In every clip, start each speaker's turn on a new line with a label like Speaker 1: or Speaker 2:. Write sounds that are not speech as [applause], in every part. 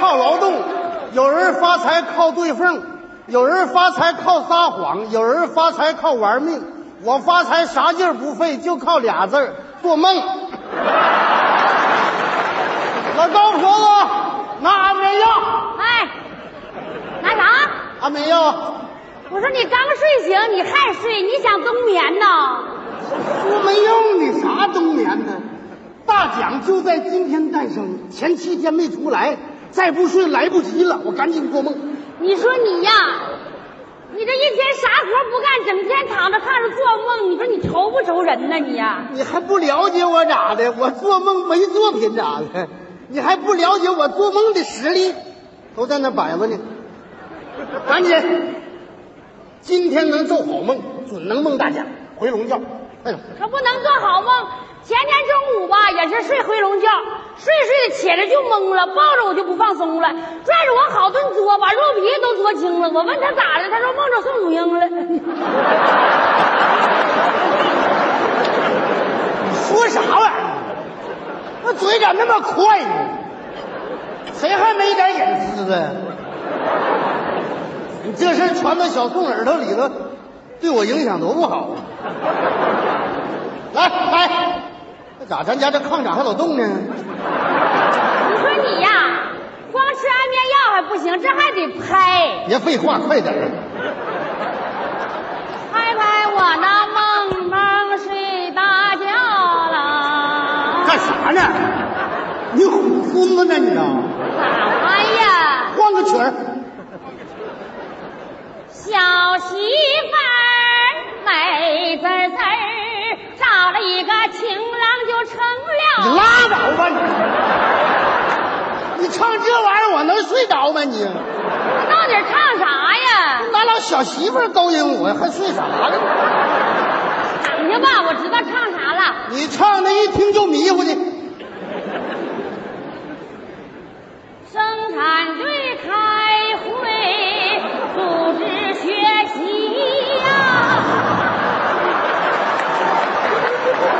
Speaker 1: 靠劳动，有人发财靠对缝，有人发财靠撒谎，有人发财靠玩命。我发财啥劲儿不费，就靠俩字儿做梦。老高婆子，拿安眠药，
Speaker 2: 哎，干啥？
Speaker 1: 安眠药，
Speaker 2: 我说你刚睡醒，你还睡？你想冬眠呢？
Speaker 1: 说没用，你啥冬眠呢？大奖就在今天诞生，前七天没出来，再不睡来不及了，我赶紧做梦。
Speaker 2: 你说你呀，你这一天啥活不干，整天躺着看着做梦，你说你愁不愁人呢？你呀，
Speaker 1: 你还不了解我咋的？我做梦没作品咋的？你还不了解我做梦的实力？都在那摆着呢，赶紧！今天能做好梦，准能梦大奖，回笼觉。哎呦，
Speaker 2: 可不能做好梦。前天中午吧，也是睡回笼觉，睡睡着起来就懵了，抱着我就不放松了，拽着我好顿作，把肉皮都作青了。我问他咋了，他说梦着宋祖英了。 [laughs]
Speaker 1: 你说啥玩意儿？那嘴咋那么快呢？谁还没点隐私啊？你这事儿传到小宋耳朵里头，对我影响多不好啊！来，来，那咋咱家这炕咋还老动呢？
Speaker 2: 你说你呀，光吃安眠药还不行，这还得拍，
Speaker 1: 别废话，快点儿！
Speaker 2: 拍拍我那梦梦睡大觉了。
Speaker 1: 干啥呢？你唬孙子呢你啊？
Speaker 2: 哎呀，
Speaker 1: 换个曲儿，
Speaker 2: 小媳妇儿美滋滋儿，找了一个情郎就成
Speaker 1: 你
Speaker 2: 了。
Speaker 1: 拉倒吧你！你唱这玩意儿我能睡着吗你？
Speaker 2: 到底唱啥呀？
Speaker 1: 拿老小媳妇儿勾引我，还睡啥呢？
Speaker 2: 躺下吧，我知道唱啥了。
Speaker 1: 你唱的一听就迷 [laughs] 糊的，
Speaker 2: 生产队开会，组织学习呀、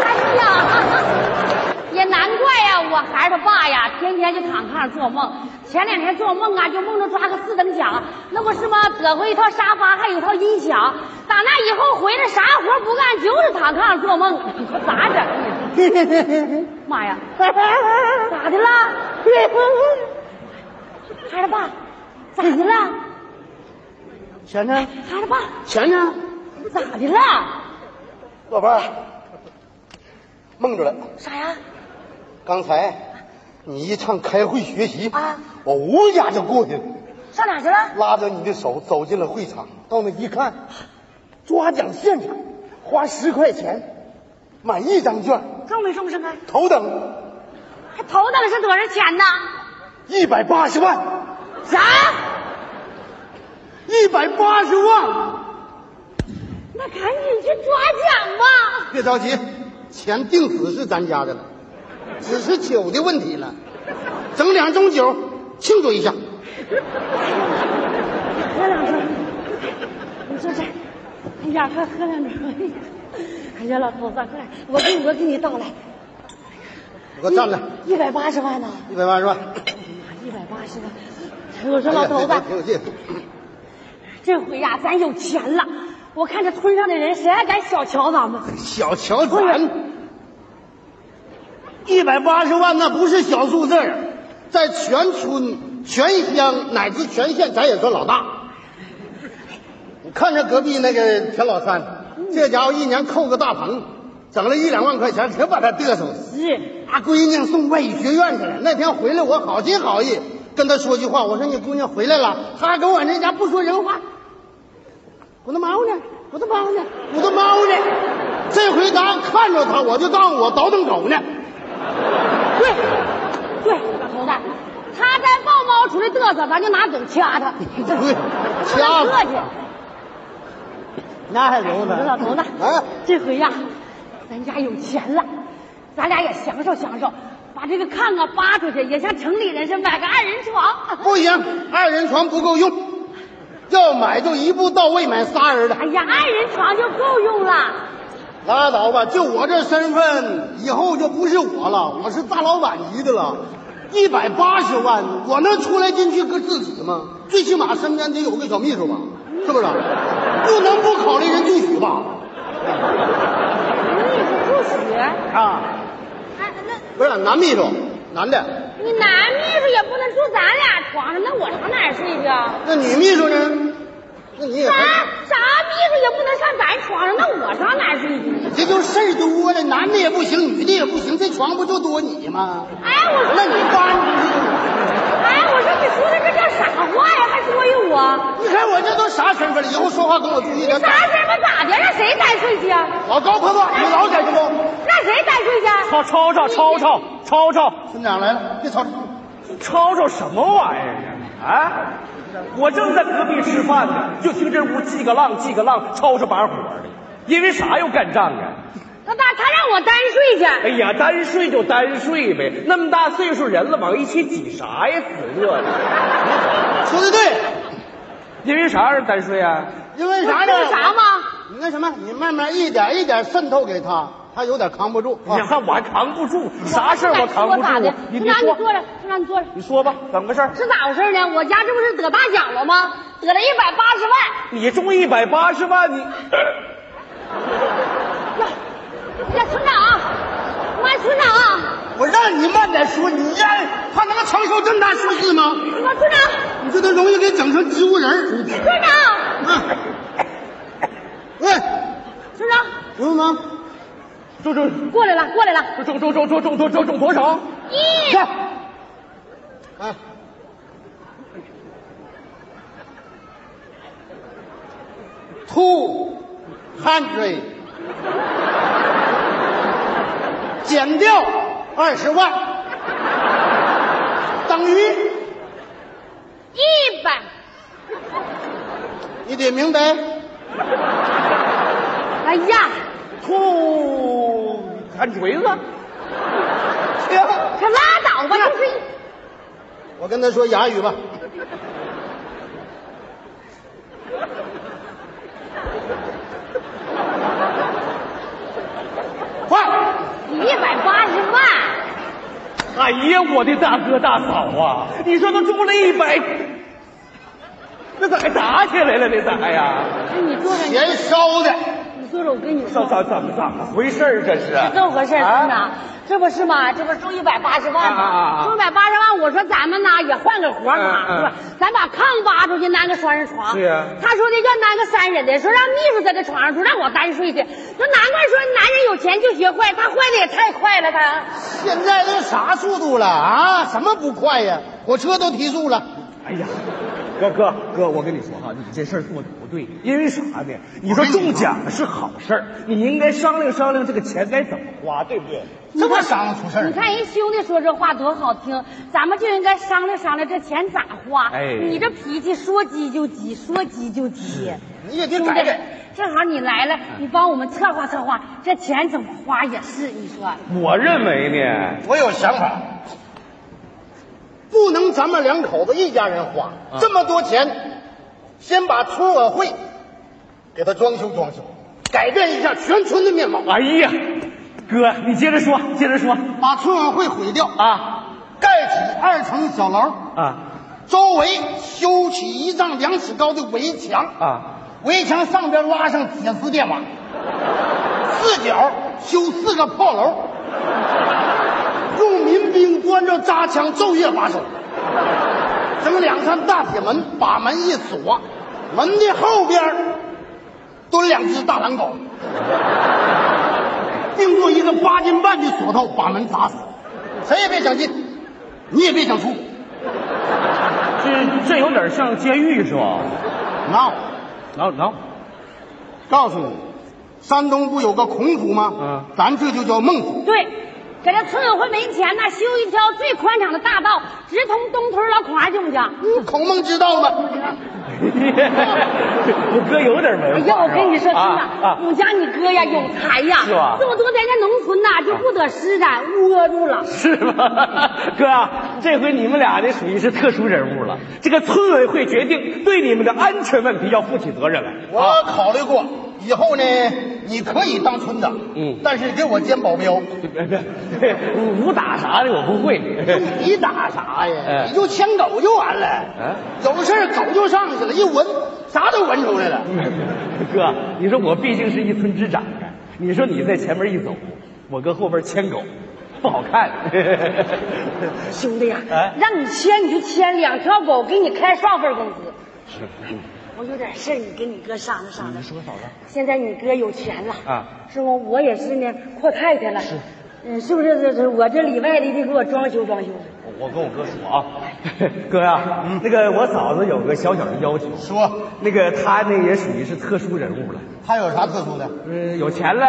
Speaker 2: 哎呀，也难怪呀、我孩儿他爸呀，天天就躺炕上做梦。前两天做梦啊，就梦着抓个四等奖，那不是吗？得过一套沙发，还有一套音响。打那以后回来啥活不干，就是躺炕上做梦，你说咋整呀？妈呀，咋的啦？孩儿爸，咋的啦？
Speaker 1: 钱呢？
Speaker 2: 孩儿爸，
Speaker 1: 钱呢？
Speaker 2: 咋的啦？
Speaker 1: 宝贝儿，梦着了。
Speaker 2: 啥呀？
Speaker 1: 刚才你一唱开会学习
Speaker 2: 啊
Speaker 1: 我呜家就过去了。
Speaker 2: 上哪儿去了？
Speaker 1: 拉着你的手走进了会场，到那一看，抓奖现场，花十块钱买一张券，
Speaker 2: 中没中上啊？
Speaker 1: 头等
Speaker 2: 还头等是多少钱呢？
Speaker 1: 一百八十万，
Speaker 2: 啥？
Speaker 1: 一百八十万！
Speaker 2: 那赶紧去抓奖吧！
Speaker 1: 别着急，钱定死是咱家的了，只是酒的问题了，整两盅酒庆祝一下。
Speaker 2: 喝两盅，你坐这儿。哎呀，快喝两盅！哎呀，老头子，快，我给你，我给你倒来。
Speaker 1: 你给我站来，
Speaker 2: 一百八十万呢、
Speaker 1: 一百八十万。
Speaker 2: 一百八十万。我说老头子
Speaker 1: 哎呀，挺有劲。
Speaker 2: 这回呀、咱有钱了。我看这村上的人，谁还敢小瞧咱们？
Speaker 1: 小瞧咱，一百八十万那不是小数字儿，在全村、全乡乃至全县，咱也算老大。你看着隔壁那个田老三，这家伙一年扣个大棚，整了一两万块钱，可把他嘚瑟了。
Speaker 2: 是，
Speaker 1: 把闺女送外语学院去了。那天回来，我好心好意跟她说句话，我说你姑娘回来了，她还跟我那家不说人话。我的猫呢？我的猫呢？我的猫呢？这回咱看着她，我就当我倒腾狗呢。 [laughs]
Speaker 2: 对，对，老头子，他再抱猫出来嘚瑟，咱就拿嘴掐他。
Speaker 1: 对，
Speaker 2: 不能客
Speaker 1: 掐
Speaker 2: 气。
Speaker 1: 那还容易
Speaker 2: 我说老头子，
Speaker 1: 啊，
Speaker 2: 这回呀、咱家有钱了，咱俩也享受享受，把这个炕啊扒出去，也像城里人似的买个二人床。
Speaker 1: 不行，二人床不够用，要买就一步到位买仨人的。
Speaker 2: 哎呀，二人床就够用了。
Speaker 1: 拉倒吧，就我这身份，以后就不是我了，我是大老板级的了。一百八十万呢，我能出来进去个制止吗？最起码身边得有个小秘书吧，是不是？不能不考虑人俊许吧？
Speaker 2: 你不不许？哎，
Speaker 1: 啊，
Speaker 2: 那
Speaker 1: 不是男秘书，男的，
Speaker 2: 你男秘书也不能住咱俩床上，那我上哪儿睡去啊？
Speaker 1: 那女秘书呢？那你也
Speaker 2: 咱
Speaker 1: 还
Speaker 2: 啥秘书也不能上咱床上，那我上哪儿睡去？
Speaker 1: 这就事儿多了，男的也不行，女的也不行，这床不就多你吗？
Speaker 2: 哎，我
Speaker 1: 那
Speaker 2: 说
Speaker 1: 你
Speaker 2: 你，
Speaker 1: 搬，
Speaker 2: 哎，我说你说的这叫啥话呀？还多于我？
Speaker 1: 你看我这都啥身份了？以后说话跟我注意点。
Speaker 2: 啥身份咋的？让谁单睡去啊？
Speaker 1: 老高婆婆，你老在这不？
Speaker 2: 让谁单睡去啊？
Speaker 3: 吵吵吵吵吵吵吵
Speaker 1: 村长来了，别吵吵。
Speaker 3: 吵吵什么玩意儿啊？啊！我正在隔壁吃饭呢，就听这屋叽个浪叽个浪吵吵把火的，因为啥要干仗啊？
Speaker 2: 他他他让我单睡去。
Speaker 3: 哎呀，单睡就单睡呗，那么大岁数人了，往一起挤啥呀？死热的！
Speaker 1: 说的对，
Speaker 3: 因为啥让单睡啊？
Speaker 1: 因为啥
Speaker 2: 那
Speaker 1: 呢？
Speaker 2: 是啥吗？
Speaker 1: 你那什么，你慢慢一点一点渗透给他，他有点扛不住
Speaker 3: 你
Speaker 1: 啊。
Speaker 3: 看我还扛不住，啥事儿我扛不
Speaker 2: 我咋
Speaker 3: 住
Speaker 2: 的
Speaker 3: 啊？？
Speaker 2: 村
Speaker 3: 别
Speaker 2: 长你
Speaker 3: 说，
Speaker 2: 坐着，村长你坐着。
Speaker 3: 你说吧，怎么个事儿？
Speaker 2: 是咋回事呢？我家这不是得大奖了吗？得了一百八十万，
Speaker 3: 你中一百八十万，你
Speaker 2: 呀，村长啊，妈，村长啊，
Speaker 1: 我让你慢点说，你让他能承受这么大数字吗？
Speaker 2: 妈，村长，
Speaker 1: 你这都容易给整成植物人儿。
Speaker 2: 村长，
Speaker 1: 嗯，喂，
Speaker 2: 村长，
Speaker 1: 刘吗？
Speaker 3: 中中
Speaker 2: 过来了，过来了，
Speaker 3: 中中中中中中中中多少？
Speaker 2: 一，
Speaker 1: 下。哎，two hundred，减掉二十万，等于
Speaker 2: 一百，
Speaker 1: 你得明白
Speaker 2: 哎呀，
Speaker 3: 吐砍锤子，
Speaker 1: 停。
Speaker 2: 可拉倒吧，就是一，
Speaker 1: 我跟他说哑语吧。快！
Speaker 2: 一百八十万，
Speaker 3: 哎呀，我的大哥大嫂啊！你说都中了一百，那咋还打起来了呢？咋呀？
Speaker 2: 哎，你坐着，你
Speaker 1: 钱烧的，
Speaker 2: 你坐着，我跟你
Speaker 3: 怎
Speaker 2: 说。
Speaker 3: 怎怎么怎么回事儿？这是
Speaker 2: 这么回事，村
Speaker 3: 啊
Speaker 2: 长，这不是嘛？这不中一百八十万
Speaker 3: 啊啊
Speaker 2: 吗？
Speaker 3: 啊
Speaker 2: 中一百八十万，我说咱们呢也换个活儿嘛，
Speaker 3: 嗯嗯
Speaker 2: 是吧？咱把炕扒出去，安个双人床。
Speaker 3: 是啊
Speaker 2: 他说的要安个三人的，说让秘书在这床上住，让我单睡去。说难怪说男人有钱就学坏，他坏的也太快了，他。
Speaker 1: 现在都啥速度了啊？什么不快呀？火车都提速了。
Speaker 3: 哎呀，哥哥哥，我跟你说哈，你这事儿做的不对，因为啥呢？你说中奖是好事儿，你应该商量商量这个钱该怎么花，对不对？
Speaker 1: 这不商量出事儿
Speaker 2: 你
Speaker 1: 了？
Speaker 2: 看人兄弟说这话多好听，咱们就应该商量商量这钱咋花。
Speaker 3: 哎
Speaker 2: 你这脾气说急就急，说急就急。
Speaker 1: 你也得
Speaker 2: 兄弟
Speaker 1: 改嗯改。，
Speaker 2: 正好你来了，你帮我们策划策划，这钱怎么花也是，你说
Speaker 3: 我认为呢，
Speaker 1: 我有想法，不能咱们两口子一家人花、这么多钱，先把村委会给他装修装修，改变一下全村的面貌，
Speaker 3: 哎呀，哥，你接着说，接着说
Speaker 1: 把村委会毁掉，
Speaker 3: 啊
Speaker 1: 盖起二层小楼，
Speaker 3: 啊
Speaker 1: 周围修起一丈两尺高的围墙，
Speaker 3: 啊！
Speaker 1: 围墙上边拉上铁丝电网，四角修四个炮楼，用民兵端着扎枪昼夜把守，整两扇大铁门，把门一锁，门的后边蹲两只大狼狗，并用一个八斤半的锁头把门砸死，谁也别想进，你也别想出，
Speaker 3: 这这有点像监狱是吧？
Speaker 1: 闹、
Speaker 3: 能能，
Speaker 1: 告诉你，山东不有个孔府吗？
Speaker 3: 嗯
Speaker 1: 咱这就叫孟府。
Speaker 2: 对。给这村委会没钱呢，修一条最宽敞的大道，直通东屯老孔二舅家。
Speaker 1: 嗯，孔孟之道吗？
Speaker 3: [laughs] 我哥有点
Speaker 2: 哎
Speaker 3: 文
Speaker 2: 呀，
Speaker 3: 化。
Speaker 2: 我跟你说，
Speaker 3: 是
Speaker 2: 真
Speaker 3: 吧啊
Speaker 2: 的，我们家你哥呀有才呀，
Speaker 3: 是吧
Speaker 2: 这么多年在农村呐就不得施展，窝住了。
Speaker 3: 是吗？ [laughs] 哥啊，这回你们俩这属于是特殊人物了。这个村委会决定对你们的安全问题要负起责任来。 [laughs]
Speaker 1: 我考虑过，以后呢，你可以当村长，
Speaker 3: 嗯
Speaker 1: 但是给我兼保镖。
Speaker 3: 别别，武打啥的我不会。
Speaker 1: 你打啥呀？
Speaker 3: 哎
Speaker 1: 你就牵狗就完了。
Speaker 3: 啊，
Speaker 1: 有事儿狗就上去了，一闻啥都闻出来了。
Speaker 3: 哥，啊你说我毕竟是一村之长啊，你说你在前面一走，我搁后边牵狗，不好看。 [laughs]
Speaker 2: 兄弟呀、
Speaker 3: 哎
Speaker 2: 让你签你就签，两条狗给你开双份工资。
Speaker 3: 是
Speaker 2: 我有点事儿，你跟你哥商量商量。
Speaker 3: 说嫂子，
Speaker 2: 现在你哥有钱了
Speaker 3: 啊，
Speaker 2: 是不？我也是呢，阔太太了，是，嗯，是不是？这这我这里外里得给我装修装修。
Speaker 3: 我跟我哥说啊， [laughs] 嗯哥呀、那个我嫂子有个小小的要求，
Speaker 1: 说
Speaker 3: 那个她那也属于是特殊人物了，
Speaker 1: 他有啥特殊的？
Speaker 3: 嗯，有钱了，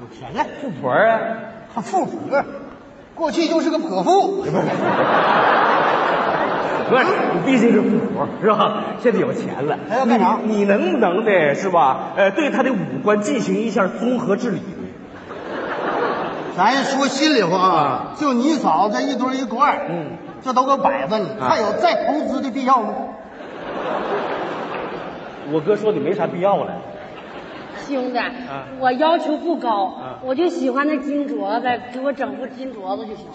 Speaker 1: 有钱了，
Speaker 3: 富婆啊，
Speaker 1: 富婆，过去就是个泼妇。
Speaker 3: 不是，你毕竟是富婆是吧？现在有钱了，
Speaker 1: 还要干啥
Speaker 3: 你你能不能的是吧？呃，对她的五官进行一下综合治理。
Speaker 1: 咱说心里话啊，就你嫂子一堆一股二，
Speaker 3: 嗯，
Speaker 1: 这都个摆子呢，
Speaker 3: 啊
Speaker 1: 还有再投资的必要吗？
Speaker 3: 我哥说你没啥必要了，
Speaker 2: 兄弟，我要求不高，
Speaker 3: 啊
Speaker 2: 我就喜欢那金镯子，给我整副金镯子就行。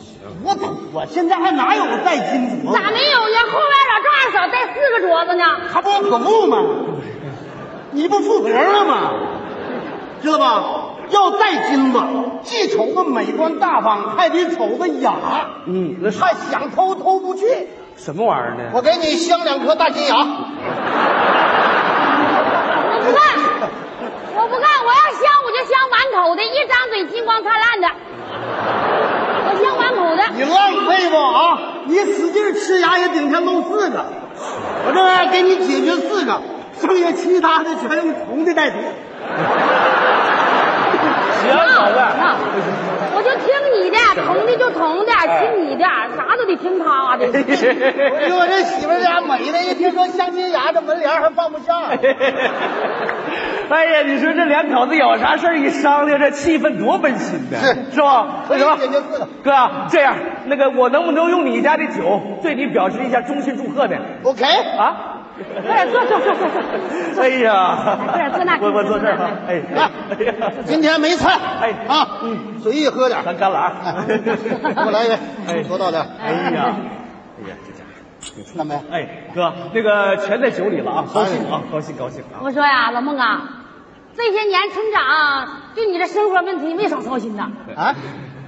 Speaker 1: 我土啊！现在还哪有带金啊镯
Speaker 2: 咋
Speaker 1: 的？
Speaker 2: 没有呀？后外老丈人少带四个镯子呢。
Speaker 1: 他不是泼妇吗？你不负责任吗？知道吧？要带金子，既瞅着美观大方，还得瞅着雅。
Speaker 3: 嗯那是
Speaker 1: 还想偷偷不去。
Speaker 3: 什么玩意儿呢？
Speaker 1: 我给你镶两颗大金牙。
Speaker 2: 我不干，我不干，我要镶我就镶满口的，一张嘴金光灿烂的。我镶满口的，
Speaker 1: 你浪费不啊？你使劲吃牙也顶天露四个，我这玩意儿给你解决四个，剩下其他的全用铜的代替。
Speaker 3: 行，嫂
Speaker 2: 啊
Speaker 3: 子，
Speaker 2: 我就听你的，疼的就疼的，听你的，啥都得听他的。
Speaker 1: 我说我这媳妇儿家美的，一听说镶金牙，这门帘还放不下。
Speaker 3: [laughs] 哎呀，你说这两口子有啥事儿一商量，这气氛多温馨呢，
Speaker 1: 是
Speaker 3: 是吧？
Speaker 1: 所以
Speaker 3: 那
Speaker 1: 解
Speaker 3: 什么
Speaker 1: 决四个，
Speaker 3: 哥啊，这样，那个我能不能用你家的酒对你表示一下衷心祝贺呢？
Speaker 1: ，OK。
Speaker 3: 啊？
Speaker 2: 快点坐坐坐坐坐。
Speaker 3: 哎呀，
Speaker 2: 快点坐那
Speaker 3: 我我坐这儿啊！哎
Speaker 1: 啊
Speaker 3: 哎呀，
Speaker 1: 今天没菜，
Speaker 3: 哎
Speaker 1: 啊，嗯，随意喝点儿，
Speaker 3: 咱干了啊！
Speaker 1: 给我来一杯，多倒点儿。
Speaker 3: 哎呀，哎呀，这家伙！
Speaker 1: 看没？
Speaker 3: 哎，哥，那个全在酒里了啊，高兴
Speaker 1: 哎
Speaker 3: 啊，高兴高兴啊！
Speaker 2: 我说呀，老孟啊，这些年村长对你的生活问题没少操心呐，
Speaker 1: 啊，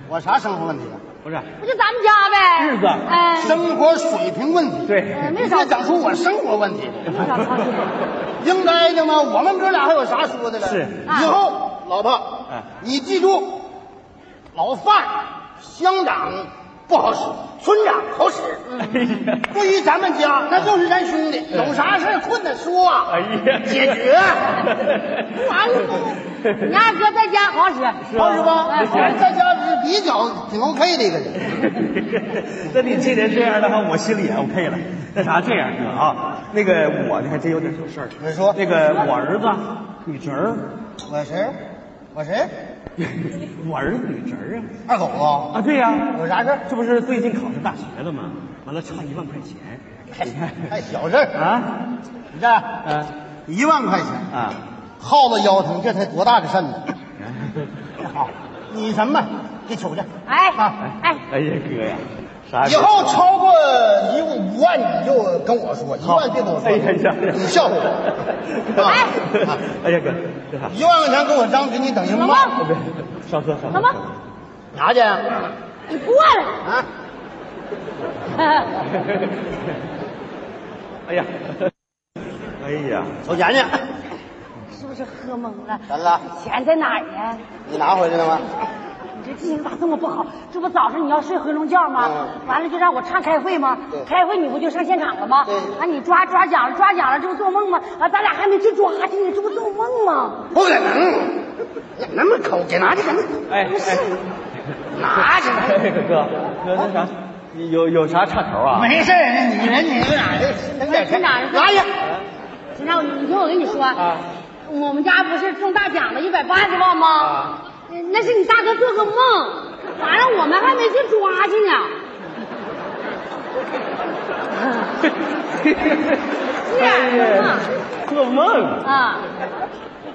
Speaker 1: 我啥生活问题啊？
Speaker 3: 不是，
Speaker 2: 不就咱们家呗？
Speaker 3: 日子
Speaker 2: 哎，
Speaker 1: 生活水平问题。
Speaker 3: 对，
Speaker 2: 哎没
Speaker 1: 你
Speaker 2: 少
Speaker 1: 别讲出我生活问题，
Speaker 2: 没少操心。
Speaker 1: 应该的吗？我们哥俩还有啥说的了？
Speaker 3: 是
Speaker 1: 以后老婆
Speaker 3: 哎，
Speaker 1: 你记住，老范、乡长不好使，村长好
Speaker 3: [laughs]
Speaker 1: 使。
Speaker 3: 哎呀，
Speaker 1: 对于咱们家，那就是咱兄弟，有啥事儿困难说啊，
Speaker 3: [laughs] 哎呀，
Speaker 1: 解
Speaker 3: [laughs]
Speaker 1: 决。不完了吗？
Speaker 2: [laughs] 你二哥在家好使，
Speaker 1: 二十八，
Speaker 2: 哎
Speaker 1: 我在家是比较挺 OK 的一个人。
Speaker 3: 那你既然这样的话，我心里也 OK 了。那啥，这样哥啊，那个我呢还真有点什么事儿。
Speaker 1: 你说
Speaker 3: 那个我儿子、你侄儿，
Speaker 1: 我谁？我谁？
Speaker 3: 我儿子、你侄儿啊。
Speaker 1: 二狗子，
Speaker 3: 啊，对呀、
Speaker 1: 有啥事儿？
Speaker 3: 这不是最近考上大学了吗？完了差一万块
Speaker 1: [laughs]
Speaker 3: 钱，你看
Speaker 1: 还小事儿。
Speaker 3: 啊
Speaker 1: 你看，
Speaker 3: 啊
Speaker 1: 一万块钱。
Speaker 3: 啊！
Speaker 1: 耗子腰疼，这才多大个肾呢！好，你什么？给瞅去。
Speaker 2: 哎
Speaker 1: 啊
Speaker 2: 哎，
Speaker 3: 哎呀哥呀，啥
Speaker 1: 以后超过一万五万，你就跟我说，一万别跟我说，
Speaker 3: 哎呀呀呀
Speaker 1: 你笑话 [laughs] 我。啊啊
Speaker 3: 哎呀哥，这啥？
Speaker 1: 一万块钱跟我张嘴，你等于
Speaker 2: 老
Speaker 1: 骂，
Speaker 2: 孟，
Speaker 3: 上车上
Speaker 2: 老
Speaker 3: 车。
Speaker 2: 孟，
Speaker 1: 拿去啊！
Speaker 2: 你过来。
Speaker 3: 哎呀，哎呀，
Speaker 1: 收钱去，
Speaker 2: [laughs] 是不是喝懵了？
Speaker 1: 怎么了？
Speaker 2: 钱在哪儿呢？
Speaker 1: 你拿回来了吗？
Speaker 2: 你这记性咋这么不好？这不早上你要睡回笼觉吗？
Speaker 1: 嗯
Speaker 2: 完了就让我唱开会吗
Speaker 1: 对？
Speaker 2: 开会你不就上现场了吗？
Speaker 1: 对
Speaker 2: 啊，你抓抓奖了，抓奖了，这不做梦吗？啊，咱俩还没去抓去呢，这不做梦吗？
Speaker 1: 不可能，哪那么抠？给拿去，给拿去
Speaker 3: 哎哎，拿起来！哎哥哥，那啥，你有有啥插头啊？
Speaker 1: 没事儿，你人你们俩这心疼点事儿
Speaker 2: 村长
Speaker 1: 拿去。
Speaker 2: 秦少，你听我跟你说，
Speaker 1: 啊
Speaker 2: 我们家不是中大奖了一百八十万吗？
Speaker 3: 啊
Speaker 2: 嗯那是你大哥做个梦，咋让我们还没去抓去呢？是啊
Speaker 3: 啊哎呀，做梦。
Speaker 2: 啊，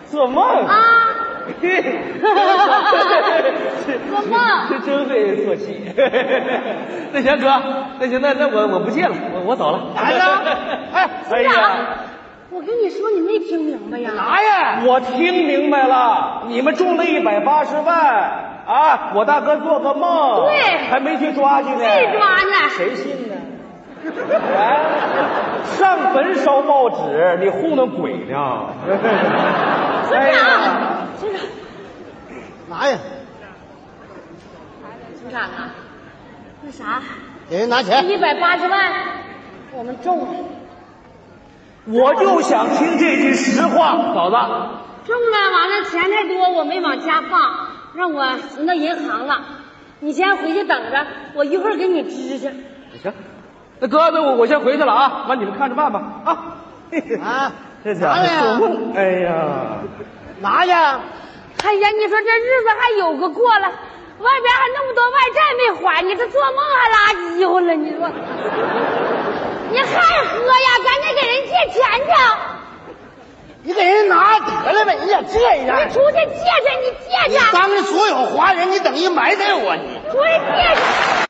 Speaker 3: 做 [laughs] 梦
Speaker 2: 啊，
Speaker 3: 嘿
Speaker 2: 做梦
Speaker 3: 这真会做戏。 [laughs] 那行哥，那行那那我我不借了，我我走了。
Speaker 1: 来
Speaker 3: [laughs]
Speaker 1: 呀哎
Speaker 3: 哎呀，
Speaker 2: 啊我跟你说，你没听明白呀？
Speaker 1: 啥呀？
Speaker 3: 我听明白了，你们中了一百八十万啊！我大哥做个梦，
Speaker 2: 对
Speaker 3: 还没去抓去呢，
Speaker 2: 没抓呢
Speaker 3: 谁信呢？哎，上坟烧报纸，你糊弄鬼呢？哎
Speaker 2: 村长，村长，
Speaker 1: 拿呀，
Speaker 2: 村长啊，那啥，
Speaker 1: 给人拿
Speaker 2: 这
Speaker 1: 钱。
Speaker 2: 一百八十万，我们中了，
Speaker 3: 我就想听这句实话，嫂子。
Speaker 2: 中了，完了钱太多，我没往家放，让我存到银行了。你先回去等着，我一会儿给你支去。
Speaker 3: 行，那哥，那我我先回去了啊，完你们看着办吧啊。嘿嘿
Speaker 1: 啊
Speaker 3: [laughs] 这家伙
Speaker 1: 拿来呀
Speaker 3: 做梦，哎呀，
Speaker 1: 拿呀！
Speaker 2: 哎呀，你说这日子还有个过了，外边还那么多外债没还，你这做梦还拉饥乎了，你说？你还喝呀？赶紧给人借钱去！
Speaker 1: 你给人拿得了呗，你也借一下
Speaker 2: 你。出去借去，你借
Speaker 1: 你
Speaker 2: 去，
Speaker 1: 当着所有华人，你等于埋汰我你。
Speaker 2: 出去借去。